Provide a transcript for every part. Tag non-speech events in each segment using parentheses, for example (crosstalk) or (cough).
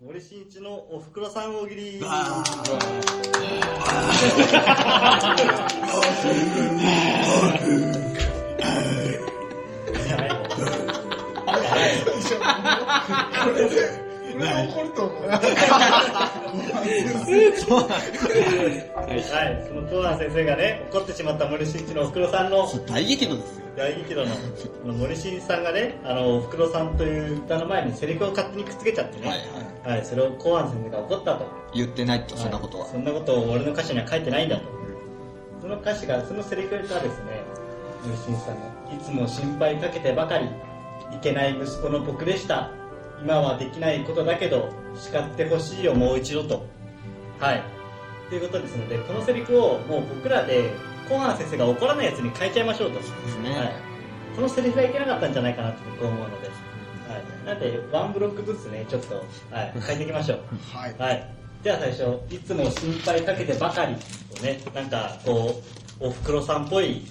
森進一のおふくろさん大喜利。これで、これで怒ると思う。はい、その東南先生がね、怒ってしまった森進一のおふくろさんの大激怒ですよ。大激怒のあの森進一さんがね、あの、おふくろさんという歌の前にセリフを勝手にくっつけちゃってはいね、ははい、それを東南先生が怒ったと。い。言ってないと、そんなことは。そんなことを俺の歌詞には書いてないんだと。その歌詞が、そのセリフがですね、森進一さんが、いつも心配かけてばかり、いけない息子の僕でした。今はできないことだけど、叱ってほしいよ、もう一度と。はい。ということですので、このセリフをもう僕らで、コハン先生が怒らないやつに変えちゃいましょうと。ですはいね。、このセリフがいけなかったんじゃないかなと僕は思うので、はい、なんでワンブロックずつねちょっと、はい、変えていきましょうはい。はいでは最初「いつも心配かけてばかり」をねなんかこうおふくろさんっぽい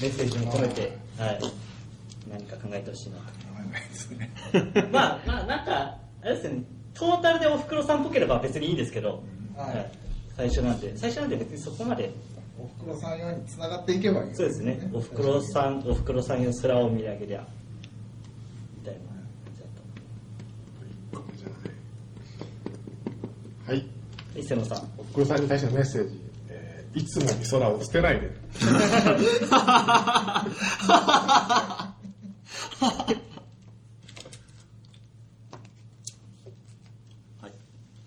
メッセージも込めて、はい、何か考えてほしいなとわかんないですね。まあまあなんかあれですねトータルでおふくろさんっぽければ別にいいんですけど、ははいい。、最初なんで最初なんで別にそこまでおふくろさんように繋がっていけばいいよ、そうですね。おふくろさん、おふくろさんよ空を見上げりゃ。みたいな感じだはい。と。伊勢野さん。おふくろさんに対してのメッセージ。えーいつも美空を捨てないで。は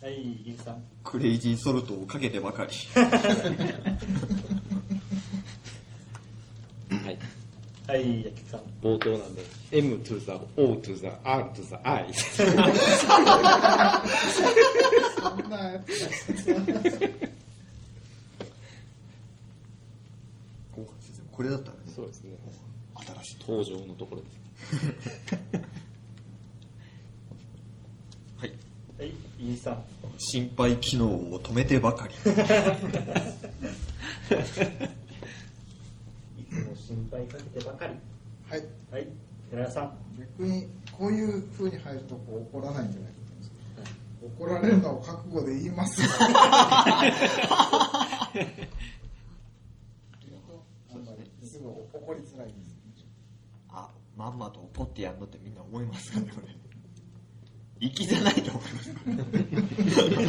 い、ゆきさん。クレイジーソルトをかけてばかり。はい。はい、やきさん。冒頭なんで、M to the O to the R to the I。そんなやつこれだったらね、そうですね。新しい。登場のところです。はい。はい、ゆきさん。心配機能を止めてばかり。いつも心配かけてばかり。はい。はい、寺田さん。逆に、こういう風に入ると、こう怒らないんじゃないかと思うんですけど怒られるのを覚悟で言いますよ。あんまりすぐ怒りづらいんですね。あ、まんまと怒ってやんのってみんな思いますかね、これ。粋じゃないと思います。それで、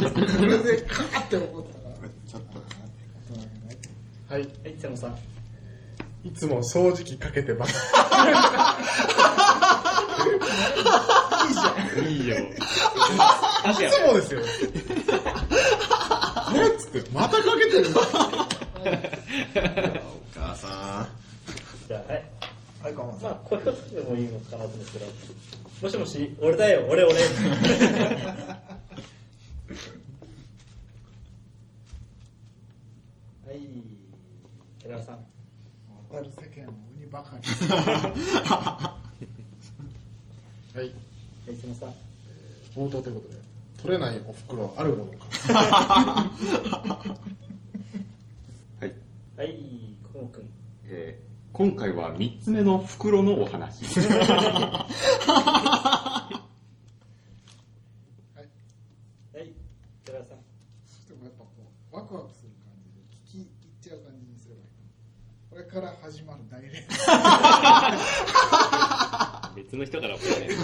カーって怒ったら、ちょっと。大人げない。はい。はい、伊勢野さん。いつも掃除機かけてばかり。いいじゃん。いいよ。いつもですよ。これっつって、またかけてるんだ。お母さじゃあ、はい。はい、我慢まあ、こういうことでもいいのかなと思うんですけど。もしもし、俺だよ、 (laughs) 俺、俺。はい、寺田さん。渡る世間を鬼ばかり。はい。はい、伊勢野さん。冒頭ということで、取れないお袋はあるものか。はい。はい、こもくん。えー今回は3つ目の袋の (laughs) お話。はい、寺田さん。でもやっぱこう、ワクワクする感じで、聞き入っちゃう感じにすればいいかな。これから始まる大連別戦。の人から怒られる。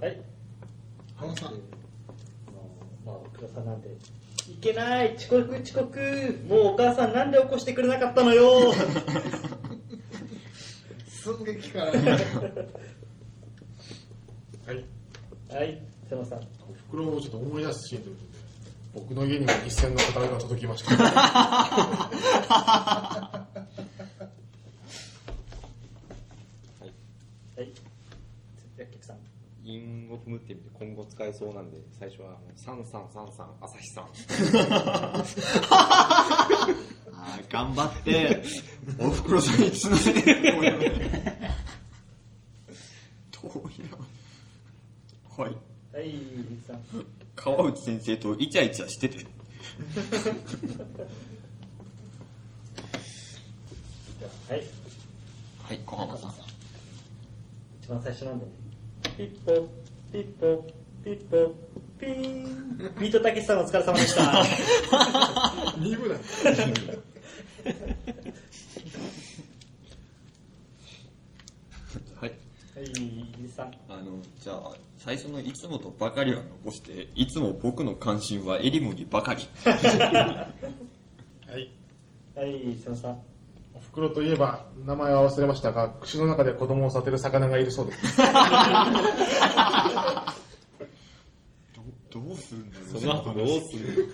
はい。このさん、あのまあ、倉さんなんで。いけない遅刻遅刻もうお母さんなんで起こしてくれなかったの (laughs) よ寸劇から、ははい。はい、瀬野さん。お袋をちょっと思い出すシーンということで、僕の家にも一線の刀が届きました。 (laughs) ははい。薬局さん。因を踏むって意味で今後使えそうなんで、最初は三三三三朝日さん。ん。あー頑張って、おふくろさんにつなげ (laughs) てこうやって。どうやろはい。はい、ゆきさん。川内先生とイチャイチャしてて。はい、はい、小浜さん。一番最初なんで。ピッポ、ピッポピッポピーンビートたけしさんお疲れ様で (laughs) した2部なんだはいはい、ゆりさん。あのじゃあ最初の「いつも」と「ばかり」は残して「いつも僕の関心はエリモにばかりはいはい、そのさん。おふくろといえば名前は忘れましたが口の中で子供を育てる魚がいるそうです」どどうすんだその後どうする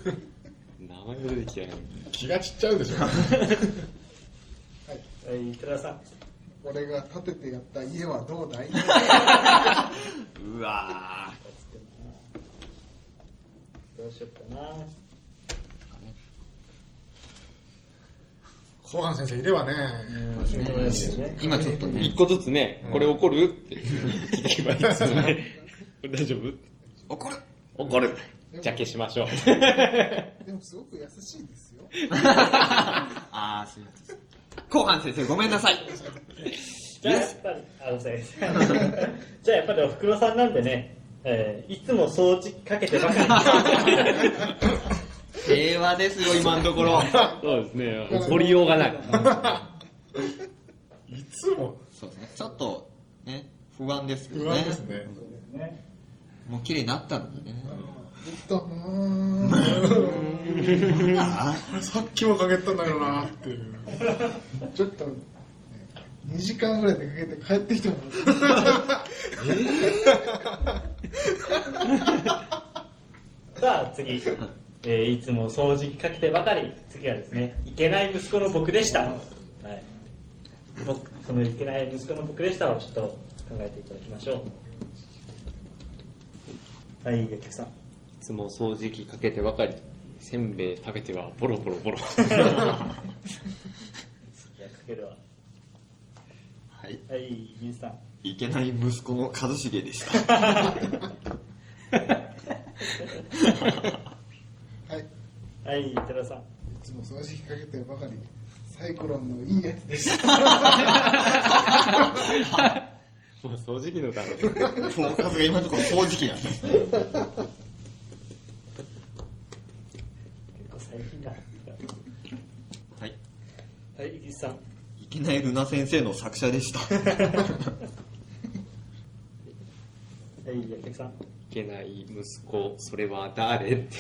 の名前も出てきやがる気が散っちゃうでしょはい、寺田さん。俺が建ててやった家はどうだいうわーどうしようかな。後半先生いればねうん、そうですね。今ちょっとね一個ずつね、これ怒るって聞けばいいですよね。 (laughs) これ大丈夫怒る怒る。じゃあ消しましょう。でもすごく優しいですよああすいません後半先生ごめんなさいじゃあ、やっぱり、あ、ごめんなさい。 (laughs) じゃあ、やっぱりおふくろさんなんでね、えーいつも掃除かけてばかり。 (laughs) 平和です (laughs) よ今のところそうですね。怒りようがない。いつもそうですねちょっとね不安ですけどね不安ですねねもう綺麗になったのでねずっとうーんさっきもかけたんだけどなっていうちょっとね2時間ぐらいでかけて帰ってきてもさあ、次。えーいつも掃除機かけてばかり。次はですね、いけない息子の僕でした。はい。僕、そのいけない息子の僕でしたをちょっと考えていただきましょう。はい、お客さん。いつも掃除機かけてばかり。せんべい食べてはボロボロ (laughs) ボロ。じゃあ、かけるわ。はいはい、ゆりさん。いけない息子の一茂で (laughs) した。はいいはい、寺田さん。つも掃除機かけてばかりサイクロンのいいやつでしたもう掃除機のため。フォーカスが今のところ掃除機なんですね。結構最近だ。ははい。い、ゆりさん。いけないルナ先生の作者でした。はい、お客さん。いけない息子、それは誰って。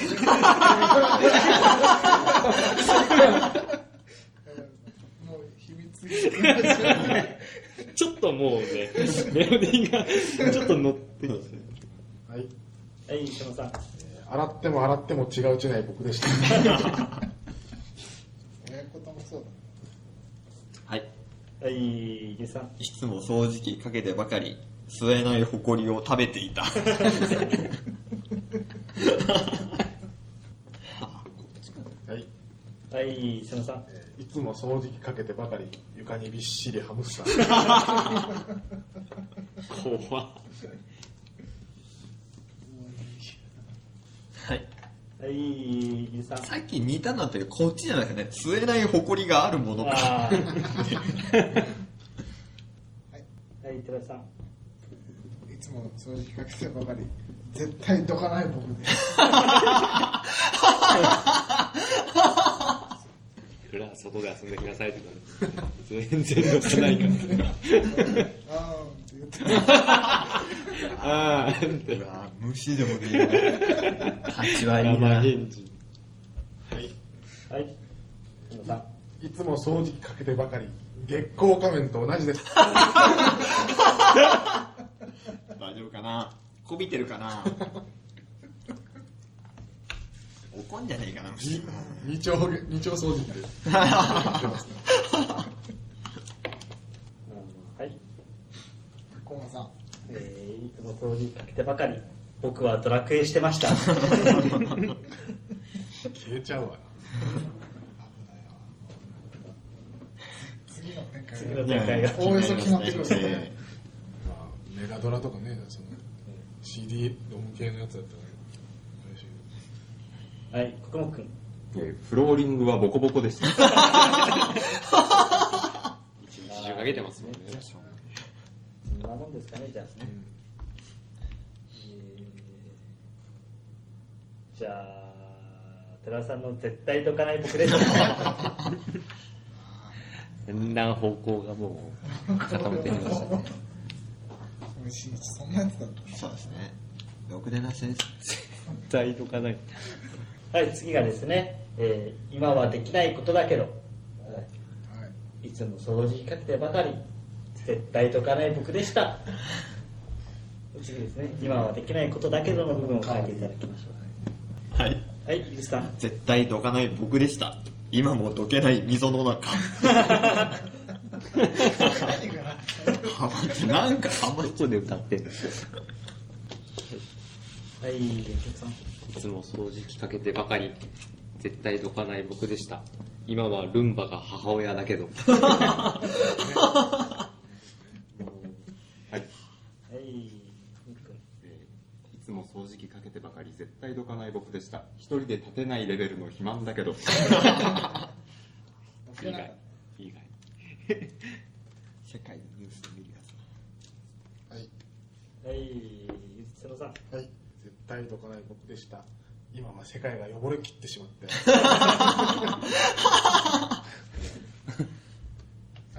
もう秘密にしてみましょうちょっともうね、メロディーがちょっと乗ってきて。はいはい、そのさん。洗っても洗っても違うちない僕でした親子ともそう (laughs) はだい。はい、ゆりさん。いつも掃除機かけてばかり、吸えない埃を食べていた。はいはい、そのさん。いつも掃除機かけてばかり床にびっしりハムスター怖っはい。はい、ゆりさん。さっき似たのってこっちじゃなくてね、吸えない埃があるものか。あーはい、寺田さん。いつも掃除機かけてばかり絶対どかない僕です裏は外で遊んできなさいって言ったの全然乗ってないから。ああって言っああ、っててう。わぁ、虫でもねえな。立ちはいい生な。返事。はい、そのさん。いつも掃除機かけてばかり月光仮面と同じです大丈夫かなこびてるかな怒んじゃねえかな、虫。二丁二丁掃除機でうんはい。コマさんえーいつも掃除かけてばかり。僕はドラクエしてました。消えちゃうわ次の展開次がの展開が。おおよそ決まってくるええまあメガドラとかねその CD ロム系のやつだったからあれでしょはい、国木くん。えーフローリングはボコボコでした。一日中かけてますもんね。そんなもんですかね、じゃあ。じゃあ寺さんの絶対解かない僕ですだんだん方向がもう固めてきました (laughs) ねしいそんなやつだったそうですね。ろくでなしです。絶対とかないはい、次がですね、えー今はできないことだけど、はいいつも掃除機かけてばかり、絶対解かない僕でした。次ですね、今はできないことだけどの部分を書いていただきましょはい。う。はい、井口さん。絶対どかない僕でした。今もどけない溝の中。ハマって、 (laughs) なんかハマっどこで歌ってんのはい、井口さん。いつも掃除機かけてばかり、絶対どかない僕でした。今はルンバが母親だけど。はい。はい、えーいつも掃除機かけてばかり絶対どかない僕でした一人で立てないレベルの肥満だけど以外。以外。世界のニュースで見るやつ。はいはい、瀬野さん。はい絶対どかない僕でした今は世界が汚れきってしま (laughs) っては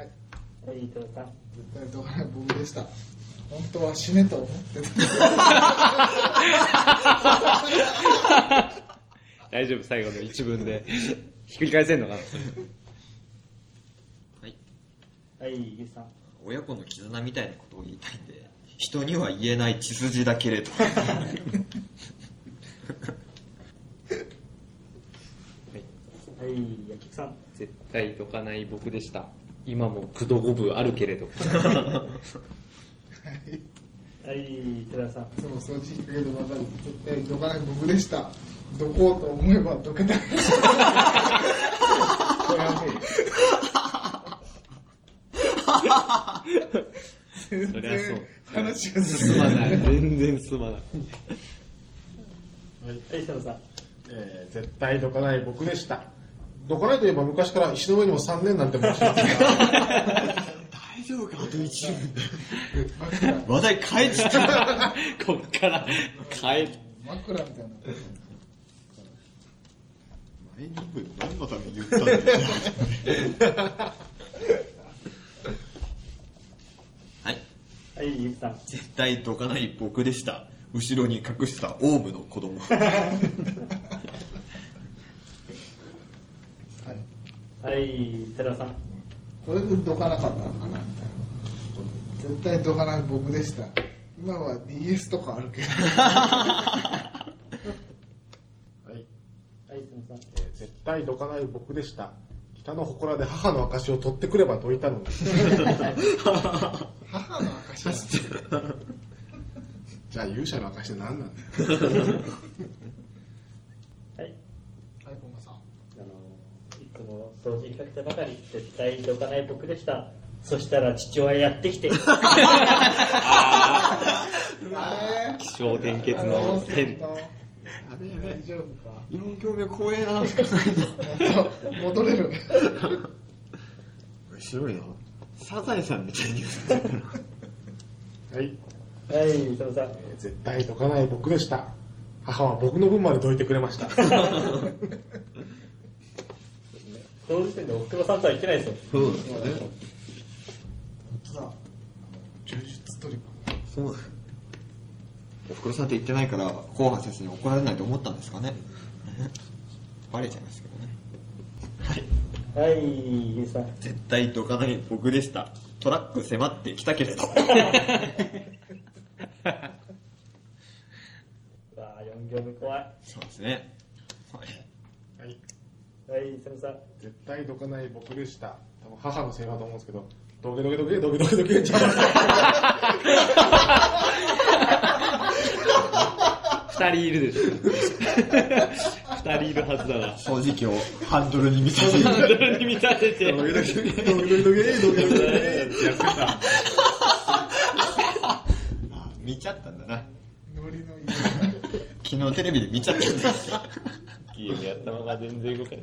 い、伊藤さん。絶対どかない僕でした本当は死ねと思ってた大丈夫、最後の一文で。ひっくり返せんのかなはい。はい、井口さん。親子の絆みたいなことを言いたいんで、人には言えない血筋だけれど。はい、八木さん。絶対どかない僕でした。今もくどごぶあるけれど。はい、寺さん。いつも掃除機かけてばかり絶対どかない僕でしたどこうと思えばどけたこれはね全そりゃそう然話が進すままな。ないい全然すまない。はい、瀬野さん。えー絶対どかない僕でしたどかないといえば昔から石の上にも3年なんて申し上げ (laughs) てた大丈夫かあと一年。枕話題変えてた。こっから変え、枕みたいな前に分何のために言ったんだよ。はい。はい、井口さん。絶対どかない僕でした。後ろに隠したオウムの子 (laughs) 供。はい、寺さん。これでどかなかったのかなみたいな絶対どかない僕でした今は DS とかあるけどははいい、瀬野さん。えー絶対どかない僕でした北の祠で母の証を取ってくれば解いたの (laughs) に母の証だ (laughs) じゃあ勇者の証って何なんだよはい。はい本間さんあのいつも掃除機かけてばかり絶対どかない僕でしたそしたら父親やってき (laughs) てあ気象転れ結の変。大丈夫か4行目光栄な話か戻れる白いな。サザエさんみたいに言うはいはいそのさんえー絶対どかない僕でした母は僕の分まで解いてくれましたはその時点でおふくろさんとは言ってないですよそうなんですよね。さあ柔術トリックそうなんですおふくろさんって言ってないから、後半先生に怒られないと思ったんですかね。バレちゃいますけどね。はいゆうさん絶対どかない僕でした。トラック迫ってきたけれど。わあ4行目怖いそうですね。はいいはいそのさん絶対どかない僕でした多分母のせいだと思うんですけどどけどけどけどけどけ (laughs) どけちゃいました二人いるでしょ。二人いるはずだな。掃除機をハンドルに見させハンて。ドルに見立てて。どけどけどけどけどけあ見ちゃったんだな。ノリのいい昨日テレビで見ちゃったんだ。ゲームやったまま全然動かない。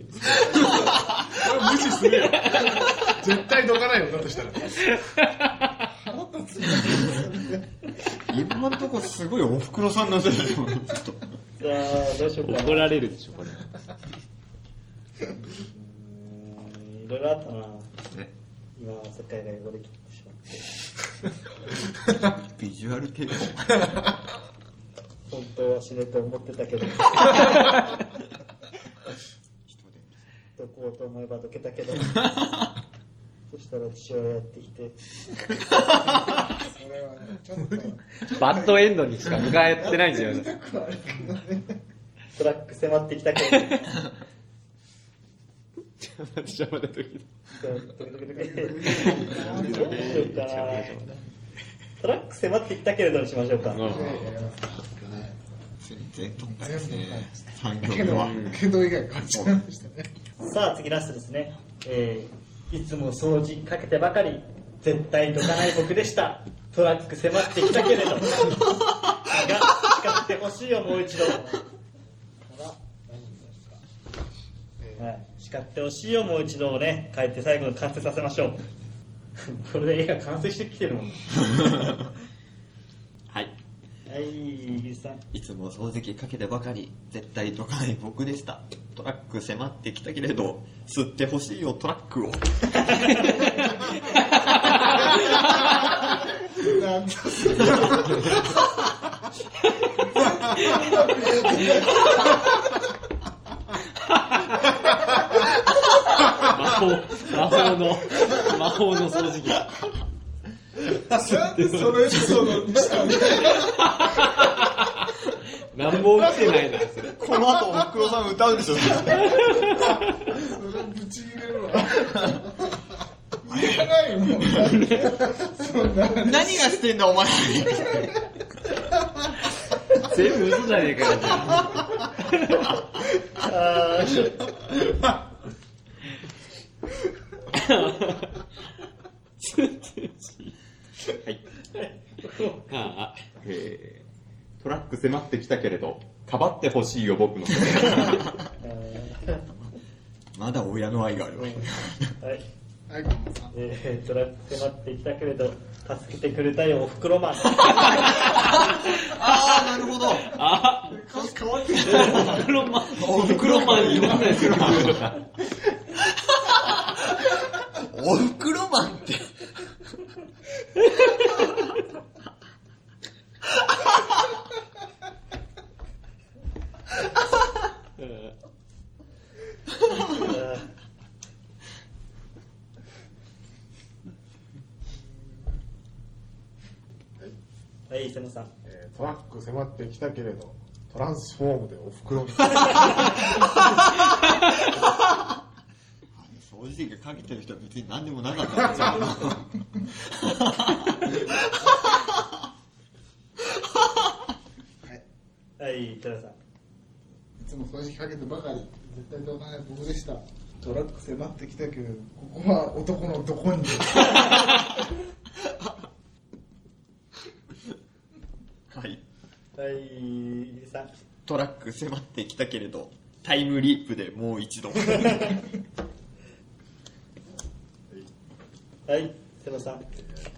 無視するよ絶対どかないよだとしたら今んとこすごいおふくろさんなんじゃないのちょっとさあ、どうしようかな。怒られるでしょ、これ。うんいろいろあったな。今は世界が汚れきってしまって。ビジュアル系本当は死ぬと思ってたけど。どこうと思えばどけたけど。そしたら父親やってきて。それはねちょっとバッドエンドにしか向かってないんだよね。トラック迫ってきたけど。邪魔だとドき。キドキドキどうしようかな。トラック迫ってきたけれどにしましょうか。全部全部ね産業けどはけど以外変わっちゃいましたねさあ次ラストですね、えーいつも掃除かけてばかり絶対どかない僕でしたトラック迫ってきたけれどが聞かせてほしいよもう一度はい、叱ってほしいよもう一度をね変えて最後に完成させましょう (laughs) これで絵が完成してきてるもんははいいゆうさんいつも掃除機かけてばかり絶対どかない僕でしたトラック迫ってきたけれど吸ってほしいよトラックをなんだ魔法、魔法の、魔法の掃除機。なんでそのエピソードにしたの何も起きてないな、それ。この後おふくろさん歌うでしょそれぶち切れるわ言えないもんそんな何がしてんだお前全部嘘じゃねえ (laughs) かよ。 (laughs) あーああ、えートラック迫ってきたけれど、かばってほしいよ、僕の。えまだ親の愛があるわーはいはいこんばんはえートラック迫ってきたけれど助けてくれたよおふくろマンああなるほどあ歌詞変わってきたあ、おふくろまん、おふくろまん言わないですよ。おふくろマンってはい、瀬野さん。えートラック迫ってきたけれど、トランスフォームでおふくろに。 (laughs) 掃除機かけてる人は別に何でもなかったんですよはい、寺さん。いつも掃除機かけてばかり絶対どうかない僕でしたトラック迫ってきたけどここは男のどこにはいはい、ゆりさん。トラック迫ってきたけれどタイムリープでもう一度はい、瀬野さん。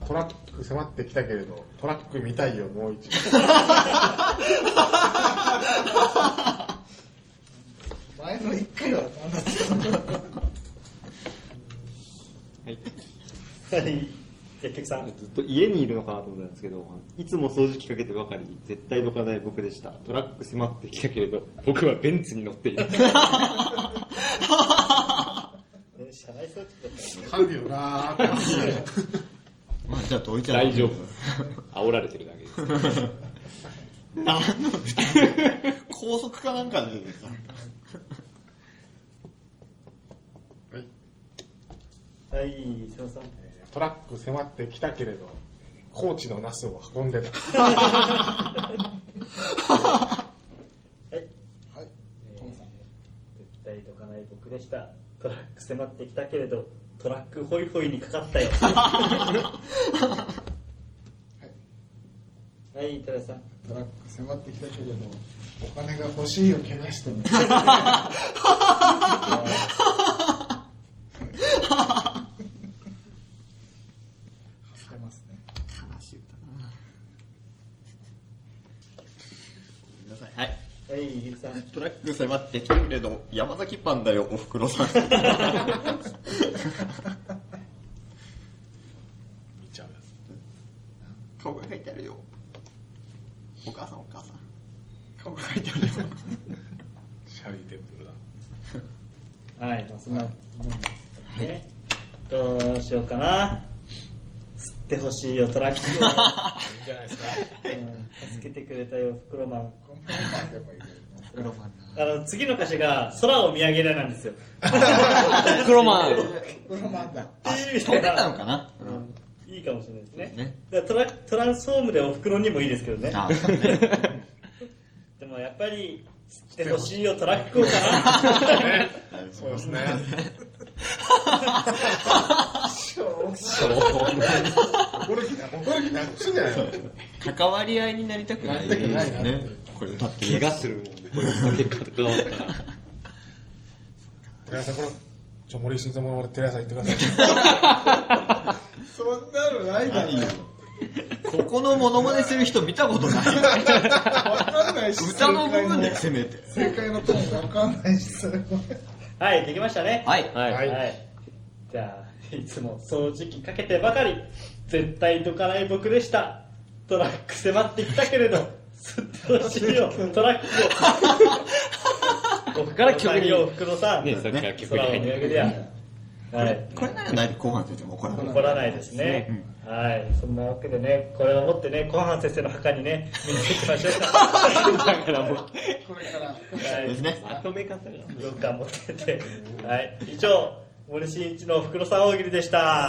トラック迫ってきたけれど、トラック見たいよ、もう一度。前の一回は何だったはい、結局さん。ずっと家にいるのかなと思ったんですけど、いつも掃除機かけてばかり、絶対どかない僕でした。トラック迫ってきたけれど、僕はベンツに乗っている。えー社内装置だったかるよなーって。まあじゃあどいちゃ大丈夫。煽られてるだけです。何の高速かなんかでさら。はい、瀬野さん。トラック迫ってきたけれど、高知のナスを運んでた。はい。はいトムさん絶対どかない僕でした。トラック迫ってきたけれど、トラックホイホイにかかったよ。はい、寺さん。トラック迫ってきたけれどお金が欲しいをけなしてもしてますね悲しい歌だなごめんなさいはいははい、伊木さん。トラック迫ってきたけれど、山崎パンだよ、おふくろさん。見ちゃうやつ顔が書いてあるよ。お母さん、お母さん。顔が書いてあるよ。シャリテンプルだはい、まあ、そんなもんですね。どうしようかな。吸ってほしいよ、トラック (laughs) を。いいんじゃないですかうん助けてくれたよ、袋マン。こんなのでもいいけどね黒ファンあの、次の歌詞が、空を見上げれなんですよ。黒マンこのまんだっていう意味飛でんでたのは、かなうんいいかもしれないですね。ね。だからトラトランスフォームでお袋にもいいですけどね。ああ、そうね。でもやっぱり、吸ってほしいよ、トラックをかな。そうですね (laughs) 怒る気な怒る気なっちゅうじゃないの関わり合いになりたくないですなりたくないね。これ歌ってる怪や我つするもんね。これ結果関わったら。寺井さんこれちょ森進三も寺井さん言ってくださいそんなのないだろここのモノマネする人見たことない。わかんないし歌の部分でせめて。正解のトーンわかんないしそれも (laughs) はい、できましたね。はい。はい。じゃあ、いつも掃除機かけてばかり、絶対どかない僕でした。トラック迫ってきたけれ (laughs) ど、すっとほしいよ、トラックを。僕から曲に。おふくろさん、ね、さっきから曲に空を入見って上げりゃ。はい。これならない後半戦でも怒らない。怒らないですね。はい。そんなわけでね、これを持ってね、後半先生の墓にね、見に行きましょうか。だからもう。これからはい (laughs) です。ね。まとめ方が。文化持ってて。はい。以上、森進一のふくろさん大喜利でした。